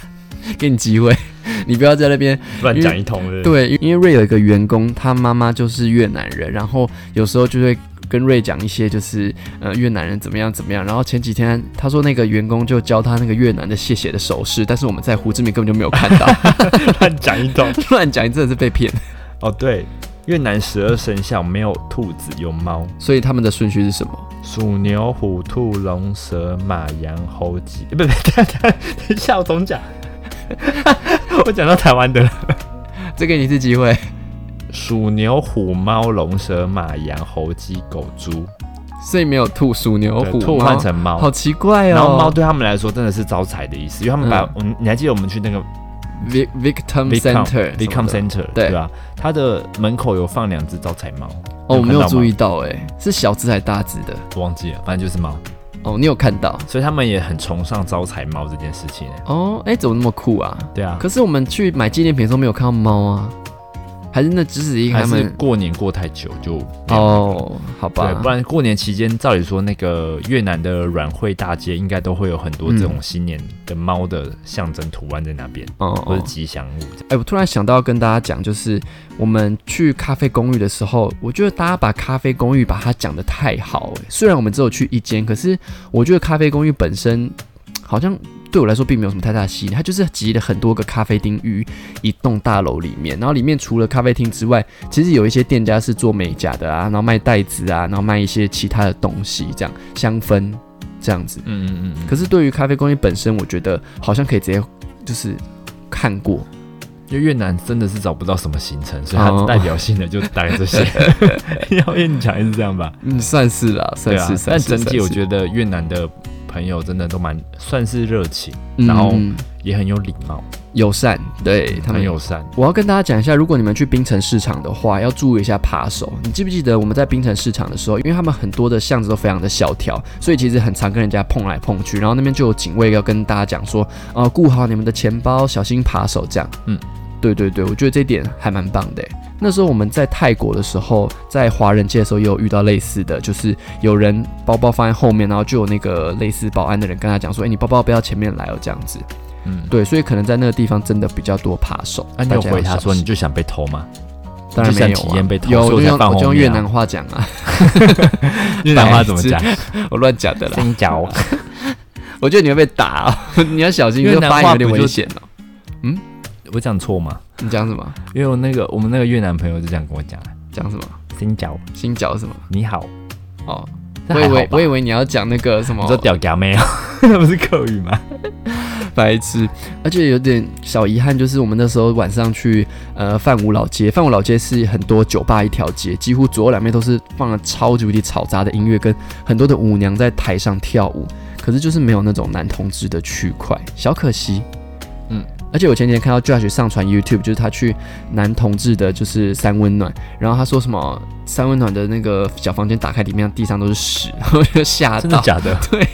给你机会， 你不要在那边
乱讲一通了。
对，因因为瑞有一个员工，他妈妈就是越南人，然后有时候就会跟瑞讲一些就是呃越南人怎么样怎么样。然后前几天他说那个员工就教他那个越南的谢谢的手势，但是我们在胡志明根本就没有看 到，
乱讲一通。
乱讲，你真的是被骗。
哦，对，越南十二生肖没有兔子，有猫。
所以他们的顺序是什么？
鼠、牛、虎、兔、龙、蛇、马、羊、猴、鸡， 不不，等等等一下，我总讲， 我讲到台湾的了。
再给你一次机会，
鼠、牛、虎、猫、龙、蛇、马、羊、猴、鸡、狗、猪，
所以没有兔、鼠、牛、
对
虎、
兔
猫
换成猫，
好奇怪哦。
然后猫对他们来说真的是招财的意思，因为他们把
嗯，
嗯，你还记得我们去那个
Vic- Victim
Vicom-
Center
Vicom Center
对
对吧？它的门口有放两只招财猫，
哦，我没
看
有
到吗
注意到，哎，是小只还是大只的？
我忘记了，反正就是猫，
哦，你有看到？
所以他们也很崇尚招财猫这件事情。欸
哦，哎，怎么那么酷啊？
对啊，
可是我们去买纪念品的时候没有看到猫啊，还是那只是一个
还
他
是
们
过年过太久就没有
哦，好
对，不
吧，
然过年期间，照理说那个越南的软会大街应该都会有很多这
嗯
种新年的猫的象征图案在那边，
哦
或
哦
者，吉祥物这样。
哎、我突然想到要跟大家讲，就是我们去咖啡公寓的时候，我觉得大家把咖啡公寓把它讲得太好、哎，虽然我们只有去一间，可是我觉得咖啡公寓本身好像。对我来说，并没有什么太大的吸引，它就是集了很多个咖啡厅于一栋大楼里面，然后里面除了咖啡厅之外，其实有一些店家是做美甲的啊，然后卖袋子啊，然后卖一些其他的东西，这样香氛这样子。
嗯嗯嗯嗯。
可是对于咖啡工业本身，我觉得好像可以直接就是看过，
因为越南真的是找不到什么行程，所以它
哦
代表性的就大概这 些。要硬讲也是这样吧，
嗯，算是啦，
对
算
啊
是。。
但
算是
整体我
得，
觉得越南的朋友真的都蛮算是热情，
嗯
然后
嗯
也很有礼貌，
友善，对他
很
们
友。善。
我要跟大家讲一下，如果你们去槟城市场的话，要注意一下扒手。你记不记得我们在槟城市场的时候，因为他们很多的巷子都非常的小条，所以其实很常跟人家碰来碰去。然后那边就有警卫要跟大家讲说，呃，顾好你们的钱包，小心扒手这样。
嗯，
对对对，我觉得这点还蛮棒的欸。那时候我们在泰国的时候，在华人街的时候也有遇到类似的，就是有人包包放在后面，然后就有那个类似保安的人跟他讲说，哎、你包包不要前面来哦，这样子。
嗯，
对，所以可能在那个地方真的比较多扒手。
那啊你
大
有
家要
回他
小
说
心
你就想被偷吗？
当然
就想
没有、啊、
体验被投
有，
诉
我就
才
用
放
我就用
后面
越
啊
南话讲啊，
越南话怎么 讲？
我乱讲 的啦。
真脚。
我觉得你会被打、哦， 你要小心，
越
你这
南
发言有点
话不就
危险哦。
我讲错吗？
你讲什么？
因为我那个我们那个越南朋友就这样跟我讲，啊
讲什么？
新脚
新脚什么？
你好，
哦，
那
我以
还好
为
吧
我以为你要讲那个什么
你说，屌屌妹啊，那不是客语吗？
白痴。
而且有点小遗憾，就是我们那时候晚上去呃范武老街，范武老街是很多酒吧一条街，几乎左右两边都是放了超级无敌嘈杂的音乐，跟很多的舞娘在台上跳舞。可是就是没有那种男同志的区块，小可惜。嗯
嗯，
而且我前几天看到 Josh 上传 YouTube，就是他去男同志的，就是三温暖，然后他说什么三温暖的那个小房间打开，里面地上都是屎， 我就吓
真的
到。
假 的？
对，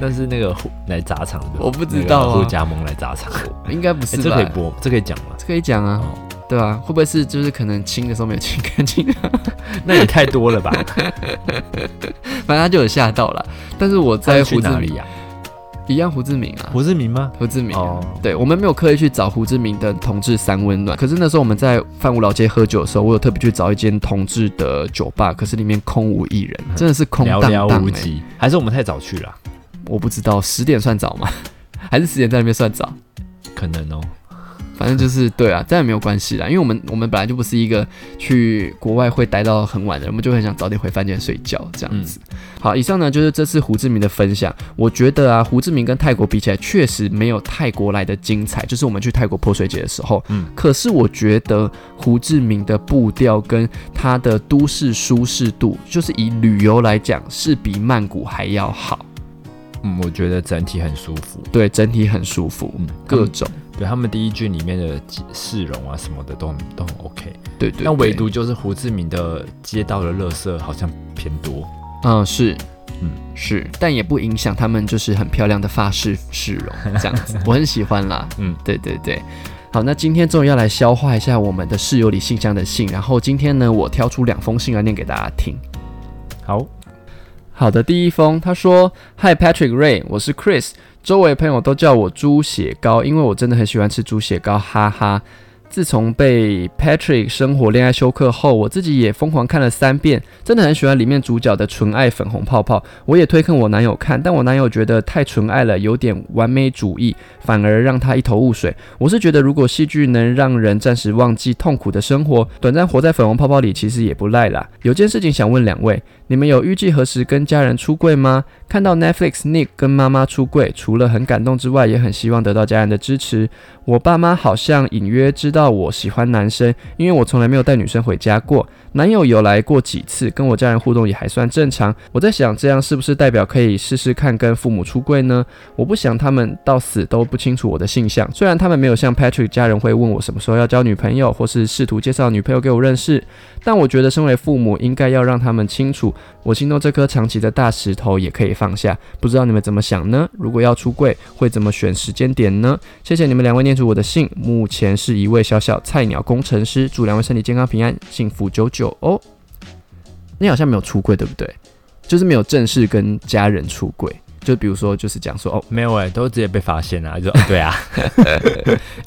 那是那个胡来砸场的，
我不知道啊
那个加盟来砸场，
应该不
哎
是
这
吧？
可以播，这可以讲吗？
这可以讲啊，
哦
对啊，会不会是就是可能亲的时候没有亲干净？
那也太多了吧？
反正他就有吓到了。但是我在
他
胡
去
志
哪
明
里啊呀？
一样胡志明啊，
胡志明吗？
胡志明啊、
哦
对我们没有刻意去找胡志明的同志三温暖，可是那时候我们在范武老街喝酒的时候，我有特别去找一间同志的酒吧，可是里面空无一人，真的是空荡
嗯寥
荡、欸。
寥无几，还是我们太早去了？啊
我不知道十点算早吗？ 还是十点在那边算早？
可能哦，
反正就是对啊，但也没有关系啦，因为我们我们本来就不是一个去国外会待到很晚的人，我们就很想早点回饭店睡觉这样子。好，以上呢就是这次胡志明的分享。我觉得啊，胡志明跟泰国比起来，确实没有泰国来的精彩。就是我们去泰国泼水节的时候，嗯
嗯，
可是我觉得胡志明的步调跟它的都市舒适度，就是以旅游来讲，是比曼谷还要好。
嗯，我觉得整体很舒服。
对，整体很舒服，
嗯，
各种
对他们第一句里面的市容啊什么的都很都很 OK，
对对对。
但唯独就是胡志明的街道的垃圾好像偏多。
嗯，是，嗯
嗯
是，但也不影响他们就是很漂亮的发饰饰容这样子，我很喜欢啦。嗯
嗯，
对对对。好，那今天终于要来消化一下我们的室友里信箱的信，然后今天呢，我挑出两封信来念给大家听。
好，
好的，第一封，他说：“Hi Patrick Ray，我是 Chris，周围朋友都叫我猪血糕，因为我真的很喜欢吃猪血糕，哈哈。自从被 Patrick 生活恋爱休克后，我自己也疯狂看了三遍，真的很喜欢里面主角的纯爱粉红泡泡。我也推坑我男友看，但我男友觉得太纯爱了，有点完美主义，反而让他一头雾水。我是觉得，如果戏剧能让人暂时忘记痛苦的生活，短暂活在粉红泡泡里，其实也不赖啦。有件事情想问两位，你们有预计何时跟家人出柜吗？看到 Netflix Nick 跟妈妈出柜，除了很感动之外，也很希望得到家人的支持。我爸妈好像隐约知道我喜欢男生，因为我从来没有带女生回家过。男友有来过几次，跟我家人互动也还算正常。我在想，这样是不是代表可以试试看跟父母出柜呢？我不想他们到死都不清楚我的性向。虽然他们没有像 Patrick 家人会问我什么时候要交女朋友，或是试图介绍女朋友给我认识，但我觉得身为父母应该要让他们清楚我心中这颗长期的大石头也可以放下，不知道你们怎么想呢？如果要出柜，会怎么选时间点呢？谢谢你们两位念出我的信，目前是一位小小菜鸟工程师，祝两位身体健康平安，幸福久久哦。你好像没有出柜，对不对？就是没有正式跟家人出柜，就比如说就是讲说哦，
没有哎、都直接被发现 啊，就哦对啊，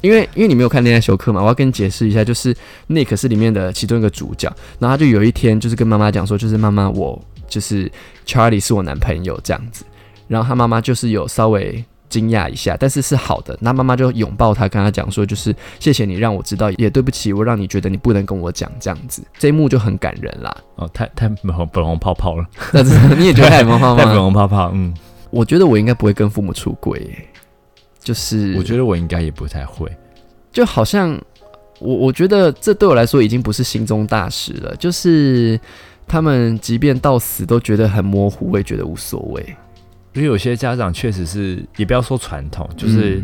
因为因为你没有看《恋爱休克》嘛，我要跟你解释一下，就是 Nick 是里面的其中一个主角，然后他就有一天就是跟妈妈讲说，就是妈妈我就是 Charlie 是我男朋友这样子，然后他妈妈就是有稍微惊讶一下，但是是好的，那妈妈就拥抱他，跟他讲说，就是谢谢你让我知道，也对不起我让你觉得你不能跟我讲这样子，这一幕就很感人 啦。
哦太太粉红粉红泡泡了，
但是你也觉得太萌吗？
太粉红泡泡，嗯，
我觉得我应该不会跟父母出轨耶，就是
我觉得我应该也不太会，
就好像我我觉得这对我来说已经不是心中大事了，就是他们即便到死都觉得很模糊，我也觉得无所谓。
因为有些家长确实是，也不要说传统，就是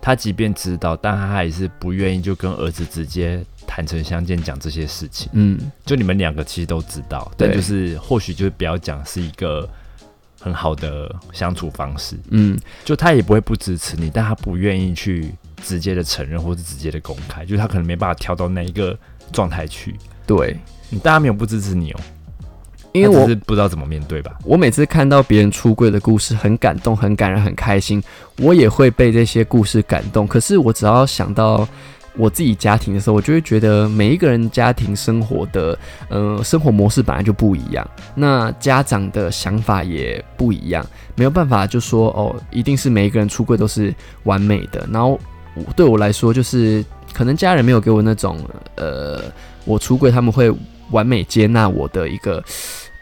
他即便知道，但他还是不愿意就跟儿子直接坦诚相见讲这些事情。
嗯，
就你们两个其实都知道，但
对
就是或许就是不要讲是一个很好的相处方式。
嗯
就他也不会不支持你，但他不愿意去直接的承认或是直接的公开，就是他可能没办法跳到那一个状态去。
对，
你大家没有不支持你哦，
因为我
他只是不知道怎么面对吧。
我每次看到别人出柜的故事，很感动、很感人、很开心，我也会被这些故事感动。可是我只要想到我自己家庭的时候，我就会觉得每一个人家庭生活的呃生活模式本来就不一样，那家长的想法也不一样，没有办法就说哦，一定是每一个人出柜都是完美的。然后我对我来说，就是可能家人没有给我那种呃我出柜他们会完美接纳我的一个。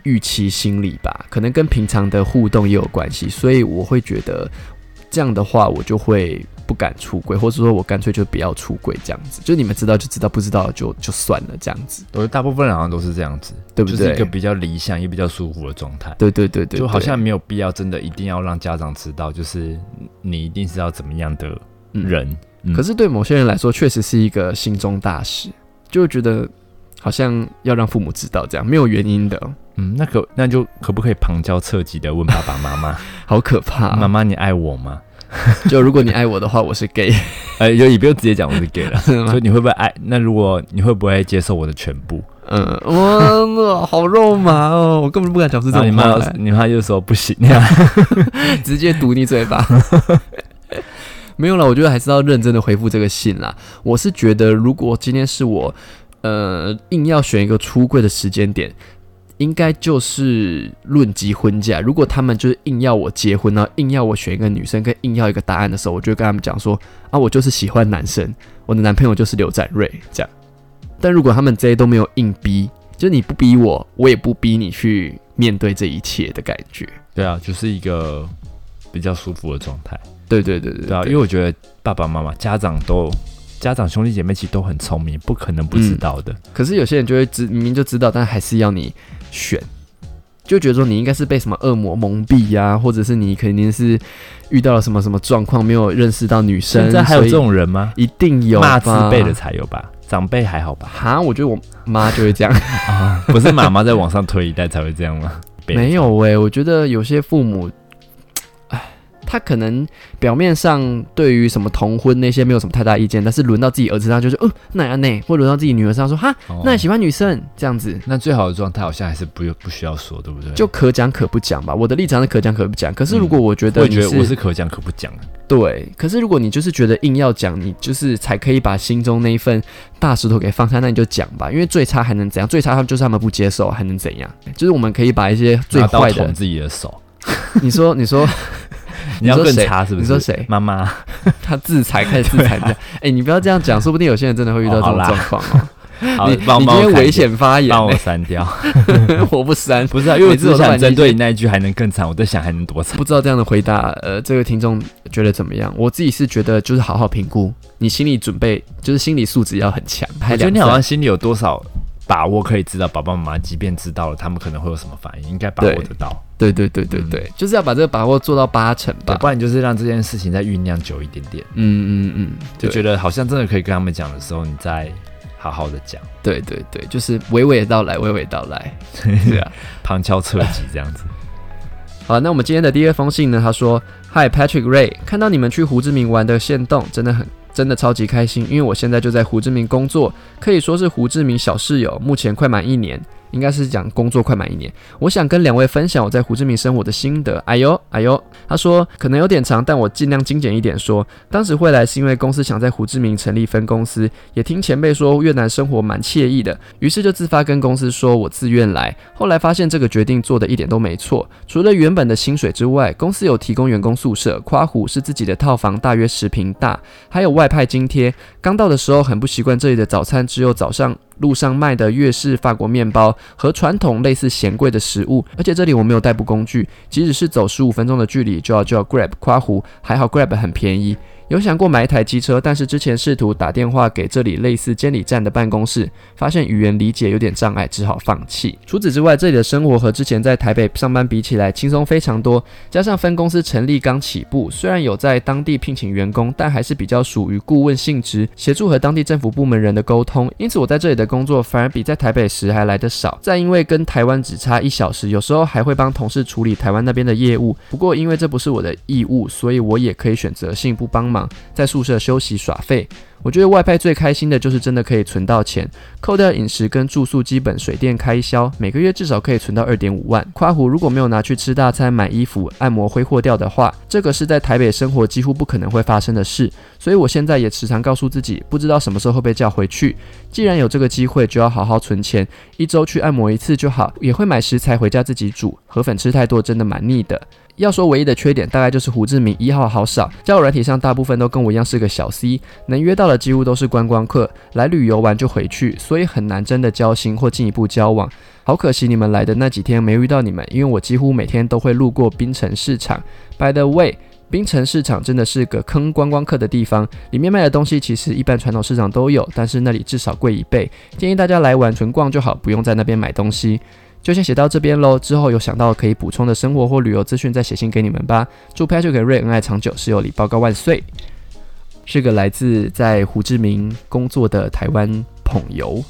预期心理吧，可能跟平常的互动也有关系，所以我会觉得这样的话我就会不敢出轨，或者说我干脆就不要出轨这样子。就你们知道就知道，不知道就就算了这样子，
我觉得大部分人好像都是这样子，
对不
就是
对？
一个比较理想也比较舒服的状态。
对对对对，
就好
对
像没有必要真的一定要让家长知道，就是你一定是要怎么样的
嗯
人。嗯
可是对某些人来说，确实是一个心中大事，就会觉得好像要让父母知道，这样没有原因的，
嗯，那可那就可不可以旁敲侧击的问爸爸妈 妈
好可怕、哦
妈妈你爱我 吗？
就如果你爱我的话，我是 gay，
呃，就也不用直接讲我是 gay 了，
真的
所
吗
以你会不会爱？那如果你会不会接受我的全部？
嗯，哇，那好肉麻哦，我根本不敢讲出这
然后
种
你妈
话
要
来，
你妈就说不行，那样
直接堵你嘴巴。没有了，我觉得还是要认真的回复这个信啦。我是觉得，如果今天是我，呃，硬要选一个出柜的时间点，应该就是论及婚嫁。如果他们就是硬要我结婚，然后硬要我选一个女生，跟硬要一个答案的时候，我就会跟他们讲说啊，我就是喜欢男生，我的男朋友就是刘展瑞这样。但如果他们这些都没有硬逼，就是你不逼我，我也不逼你去面对这一切的感觉。
对啊，就是一个比较舒服的状态。
对对对对
对啊，因为我觉得爸爸妈妈、家长都家长兄弟姐妹其实都很聪明，不可能不
嗯
知道的。
可是有些人就会知明明就知道，但还是要你选，就觉得说你应该是被什么恶魔蒙蔽呀、或者是你肯定是遇到了什么什么状况，没有认识到女生。
现在还有这
啊所以
种人吗？
一定有
骂
吧
自辈的才有吧，长辈还好吧？
哈？我觉得我妈就会这样，
啊，不是妈妈在往上推一代才会这样 吗？辈的
没有诶、我觉得有些父母，唉，他可能表面上对于什么同婚那些没有什么太大意见，但是轮到自己儿子身上就是哦那样那，或者轮到自己女儿身上说哈
哦
那你喜欢女生这样子，
那最好的状态好像还是不用不需要说，对不对？
就可讲可不讲吧。我的立场是可讲可不讲，可是如果我觉
嗯我
得
也
你
觉
是,、
得我是可讲可不讲的，
对，可是如果你就是觉得硬要讲，你就是才可以把心中那一份大石头给放下，那你就讲吧。因为最差还能怎样？最差他们就是他们不接受，还能怎样？就是我们可以把一些最
拿刀
坏的
捅，自己的手，
你说你说
你要
说
更
谁
差是不
你
是？
说谁
妈妈，
他自裁开始自裁这 样，哎、你不要这样讲，说不定有些人真的会遇到
哦
这
好
种
啦
状况哦。
好
你，
帮
你今
帮我
天
看
危
一下，
险发言、
帮我
欸，
删掉。
我不删。
不是啊，因为我
每次
只是
我都把
想
你
针
一
对你那一句还能更惨，我在想还能啊多惨。
不知道这样的回答，呃，这位听众觉得怎么样？我自己是觉得就是好好评估，你心理准备就是心理素质要很强。还
我觉得
两
你好
三
像心里有多少把握可以知道爸爸妈妈，即便知道了，他们可能会有什么反应，应该把握
对
得到，
对对对对对，就是要把这个把握做到八成
嗯对
吧。
不然你就是让这件事情再酝酿久一点点，
嗯嗯嗯，
就
对
觉得好像真的可以跟他们讲的时候，你再好好的讲，
对对对，就是娓娓道来，娓娓道来。对啊。
旁敲侧击这样子。
好，那我们今天的第二封信呢，他说：“Hi Patrick Ray，看到你们去胡志明玩的线动，真的很真的超级开心，因为我现在就在胡志明工作，可以说是胡志明小室友，目前快满一年，应该是讲工作快满一年。我想跟两位分享我在胡志明生活的心得。哎呦哎呦，他说可能有点长，但我尽量精简一点说。当时会来是因为公司想在胡志明成立分公司，也听前辈说越南生活蛮惬意的，于是就自发跟公司说我自愿来。后来发现这个决定做的一点都没错，除了原本的薪水之外，公司有提供员工宿舍，夸虎是自己的套房，大约十平大，还有外派津贴。刚到的时候很不习惯这里的早餐，只有早上。路上卖的粤式法国面包和传统类似咸贵的食物，而且这里我没有代步工具，即使是走十五分钟的距离就要叫 Grab 夸虎，还好 Grab 很便宜，有想过买一台机车，但是之前试图打电话给这里类似监理站的办公室，发现语言理解有点障碍，只好放弃。除此之外，这里的生活和之前在台北上班比起来轻松非常多，加上分公司成立刚起步，虽然有在当地聘请员工，但还是比较属于顾问性质，协助和当地政府部门人的沟通。因此，我在这里的工作反而比在台北时还来得少。再因为跟台湾只差一小时，有时候还会帮同事处理台湾那边的业务。不过，因为这不是我的义务，所以我也可以选择性不帮忙，在宿舍休息耍废。我觉得外派最开心的就是真的可以存到钱，扣掉饮食跟住宿基本水电开销，每个月至少可以存到二点五万。夸虎如果没有拿去吃大餐、买衣服、按摩挥霍掉的话，这个是在台北生活几乎不可能会发生的事。所以我现在也时常告诉自己，不知道什么时候会被叫回去。既然有这个机会，就要好好存钱，一周去按摩一次就好。也会买食材回家自己煮，河粉吃太多真的蛮腻的。要说唯一的缺点，大概就是胡志明一号好少，交友软体上大部分都跟我一样是个小 C，能约到的几乎都是观光客，来旅游完就回去，所以很难真的交心或进一步交往。好可惜你们来的那几天没遇到你们，因为我几乎每天都会路过槟城市场。By the way，槟城市场真的是个坑观光客的地方，里面卖的东西其实一般传统市场都有，但是那里至少贵一倍。建议大家来玩纯逛就好，不用在那边买东西。就先写到这边喽，之后有想到可以补充的生活或旅游资讯再写信给你们吧。祝 Patrick 和 Ray 恩爱长久，室友礼报告万岁！是个来自在胡志明工作的台湾朋友，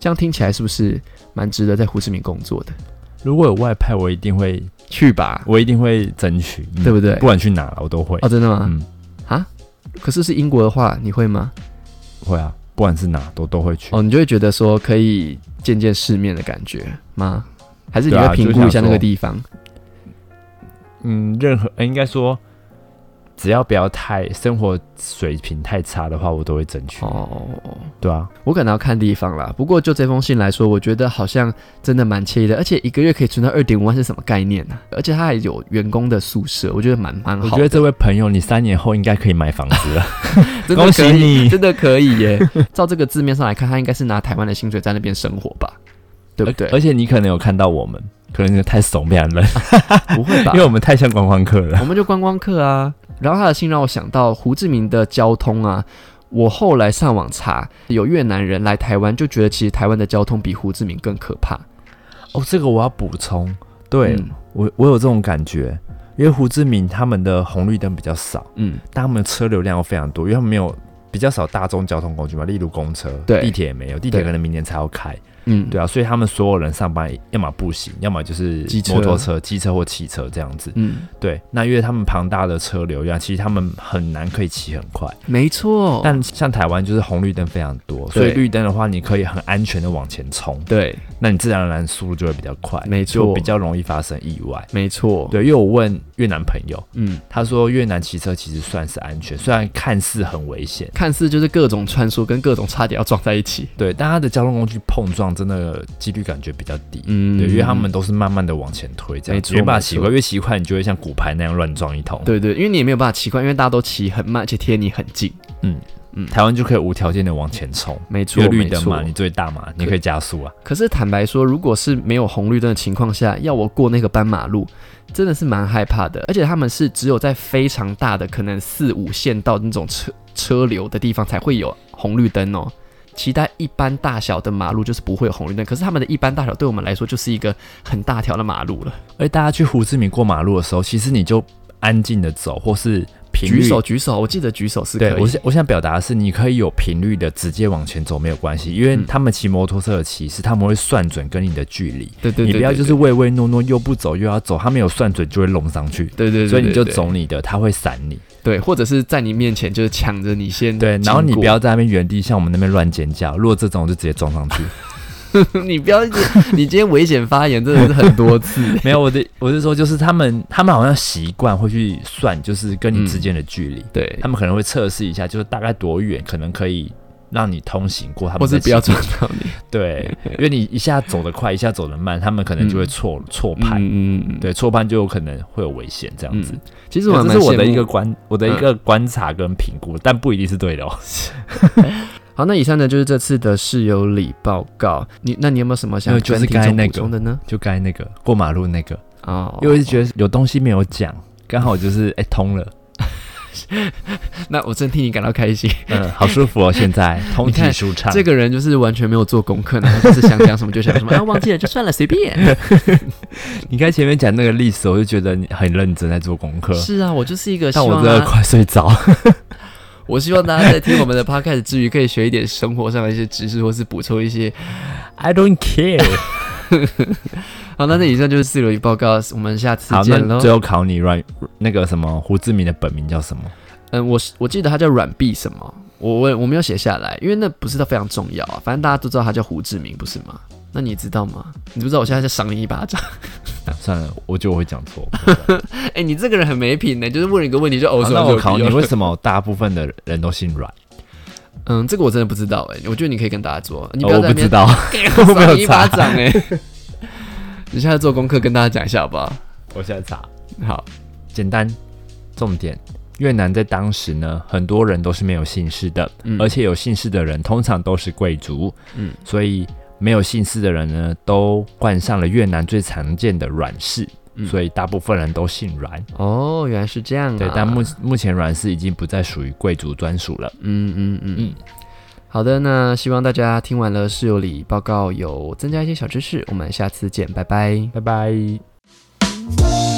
这样听起来是不是蛮值得在胡志明工作的？
如果有外派，我一定会，
去吧，
我一定会争取，嗯
对不对？
不管去哪我都会，
哦，真的吗？
嗯，
可是是英国的话，你会吗？
会啊，不管是哪都都会去。
哦，你就会觉得说可以见见世面的感觉吗？还是你
对啊
会评
就
估
想
一下那
说
个地方？
嗯，任何、呃应该说，只要不要太生活水平太差的话，我都会争取。
哦，
对啊，
我可能要看地方啦。不过就这封信来说，我觉得好像真的蛮惬意的，而且一个月可以存到二点五万是什么概念呢、啊而且它还有员工的宿舍，我觉得蛮蛮
我
好
觉得这位朋友，你三年后应该可以买房子了，
真的
恭喜
可以
你
真的可以耶。 照这个字面上来看，他应该是拿台湾的薪水在那边生活吧？对不对
而？而且你可能有看到我们，可能你太怂变了，
哎不会吧
因？为我们太像观光客了。
我们就观光客啊。然后他的信让我想到胡志明的交通啊。我后来上网查，有越南人来台湾，就觉得其实台湾的交通比胡志明更可怕。
哦，这个我要补充，对、
嗯
我我有这种感觉，因为胡志明他们的红绿灯比较少，
嗯，
但他们的车流量又非常多，因为他们没有比较少大众交通工具嘛，例如公车、
对
地铁也没有，地铁
对
可能明年才要开，
嗯，
对啊，所以他们所有人上班要么步行，要么就是
机车
摩托车、机车或汽车这样子。
嗯，
对，那因为他们庞大的车流量，其实他们很难可以骑很快。
没错。
但像台湾就是红绿灯非常多，所以
对
绿灯的话，你可以很安全的往前冲，
对，
那你自然而然速度就会比较快，
没错
就比较容易发生意外。
没错。，
对，因为我问越南朋友，
嗯，
他说越南骑车其实算是安全，虽然看似很危险，
看似就是各种穿梭跟各种差点要撞在一起。
对，但它的交通工具碰撞真的几率感觉比较低。
嗯
对，因为他们都是慢慢的往前推，这
没
样
错
子没办法
没
骑
错
快，越骑快你就会像骨牌那样乱撞一通。，
对对，因为你也没有办法奇怪，因为大家都骑很慢，而且贴你很近。
台湾就可以无条件的往前冲，
没错，
有绿
没
灯
错
嘛，你最大嘛，你可以加速啊。
可是坦白说，如果是没有红绿灯的情况下，要我过那个斑马路，真的是蛮害怕的。而且他们是只有在非常大的可能四五线道那种车车流的地方才会有红绿灯哦。其他一般大小的马路就是不会有红绿灯，可是他们的一般大小对我们来说就是一个很大条的马路了。
而哎大家去胡志明过马路的时候，其实你就安静的走，或是频
举
率
手，举手，我记得举手是可
对我
以。
想我想表达的是，你可以有频率的直接往前走没有关系，因为
嗯
他们骑摩托车的骑士，他们会算准跟你的距离，
对对对，
你不要
对
就是唯唯诺诺又不走又要走，他没有算准就会弄上去，
对对对，
所以你就
对
走你的，他会闪你。
对，或者是在你面前就是抢着你先
对，然后你
经过
不要在那边原地像我们那边乱尖叫，如果这种我就直接 撞上去。
你不要一直 你今天危险发言真的是很多 次。
没有，我的我是说，就是他们他们好像习惯会去算，就是跟你
嗯
之间的距离，
对
他，们可能会测试一下，就是大概多远可能可以让你通行过他 们
或
的
是
行，
不要撞到你，
对， 因为你一下走得快，一下走得慢，他们可能就会错、错判，
嗯嗯，
对，错判就有可能会有危险这样子。哎
嗯，其实我还
这
蛮
是我
羡
的
慕嗯
一个观，我的一个观察跟评估，但不一定是对的哦。
好。那以上呢就是这次的室友礼报告。你那你有没有什么想
没有呃就
跟
是
听
刚才
众
那
补
个
充的呢？
就该那个过马路那个，
哦，
因为我一直觉得有东西没有讲，刚好就是哎、通了，
那我真替你感到开心。
嗯，好舒服哦，现在通
你
体
看
舒畅。
这个人就是完全没有做功课，然后就是想讲什么就想什 么，啊，忘记了就算了，随便。
你看前面讲那个历史，我就觉得你很认真在做功课，
是啊，我就是一个希
但我
望
真的
大家，
快睡着。
我希望大家在听我们的 podcast 之余，可以学一点生活上的一些知识，或是补充一些
I don't care。
好，那那以上就是四流一报告，我们下次
好，
见
那
喽
最。后考你软那个什么胡志明的本名叫什么？
嗯，我是我记得他叫软币什么，我我我没有写下来，因为那不是非常重要啊。反正大家都知道他叫胡志明，不是吗？那你知道吗？你不知道我现在在赏你一巴掌。
啊算了，我觉得我会讲错。
哎、你这个人很没品呢、就是问一个问题就呕
好
手
那我考你，为
问。
什么大部分的人都姓阮？
嗯，这个我真的不知道哎、我觉得你可以跟大家说，你不
哦
要
我
在
不
那
知
边
道。
给
我没有
赏你一巴
查
掌哎、 你下次做功课跟大家讲一下好不好？
我现在查，
好，
简单，重点。越南在当时呢，很多人都是没有姓氏的，
嗯
而且有姓氏的人通常都是贵族，
嗯
嗯，所以没有姓氏的人呢，都冠上了越南最常见的阮氏。
嗯
所以大部分人都姓阮。
哦，原来是这样啊。
对，但目目前阮氏已经不再属于贵族专属了。
嗯嗯嗯嗯
嗯。
好的，那希望大家听完了室友里报告有增加一些小知识，我们下次见，拜拜。
拜拜。
Thank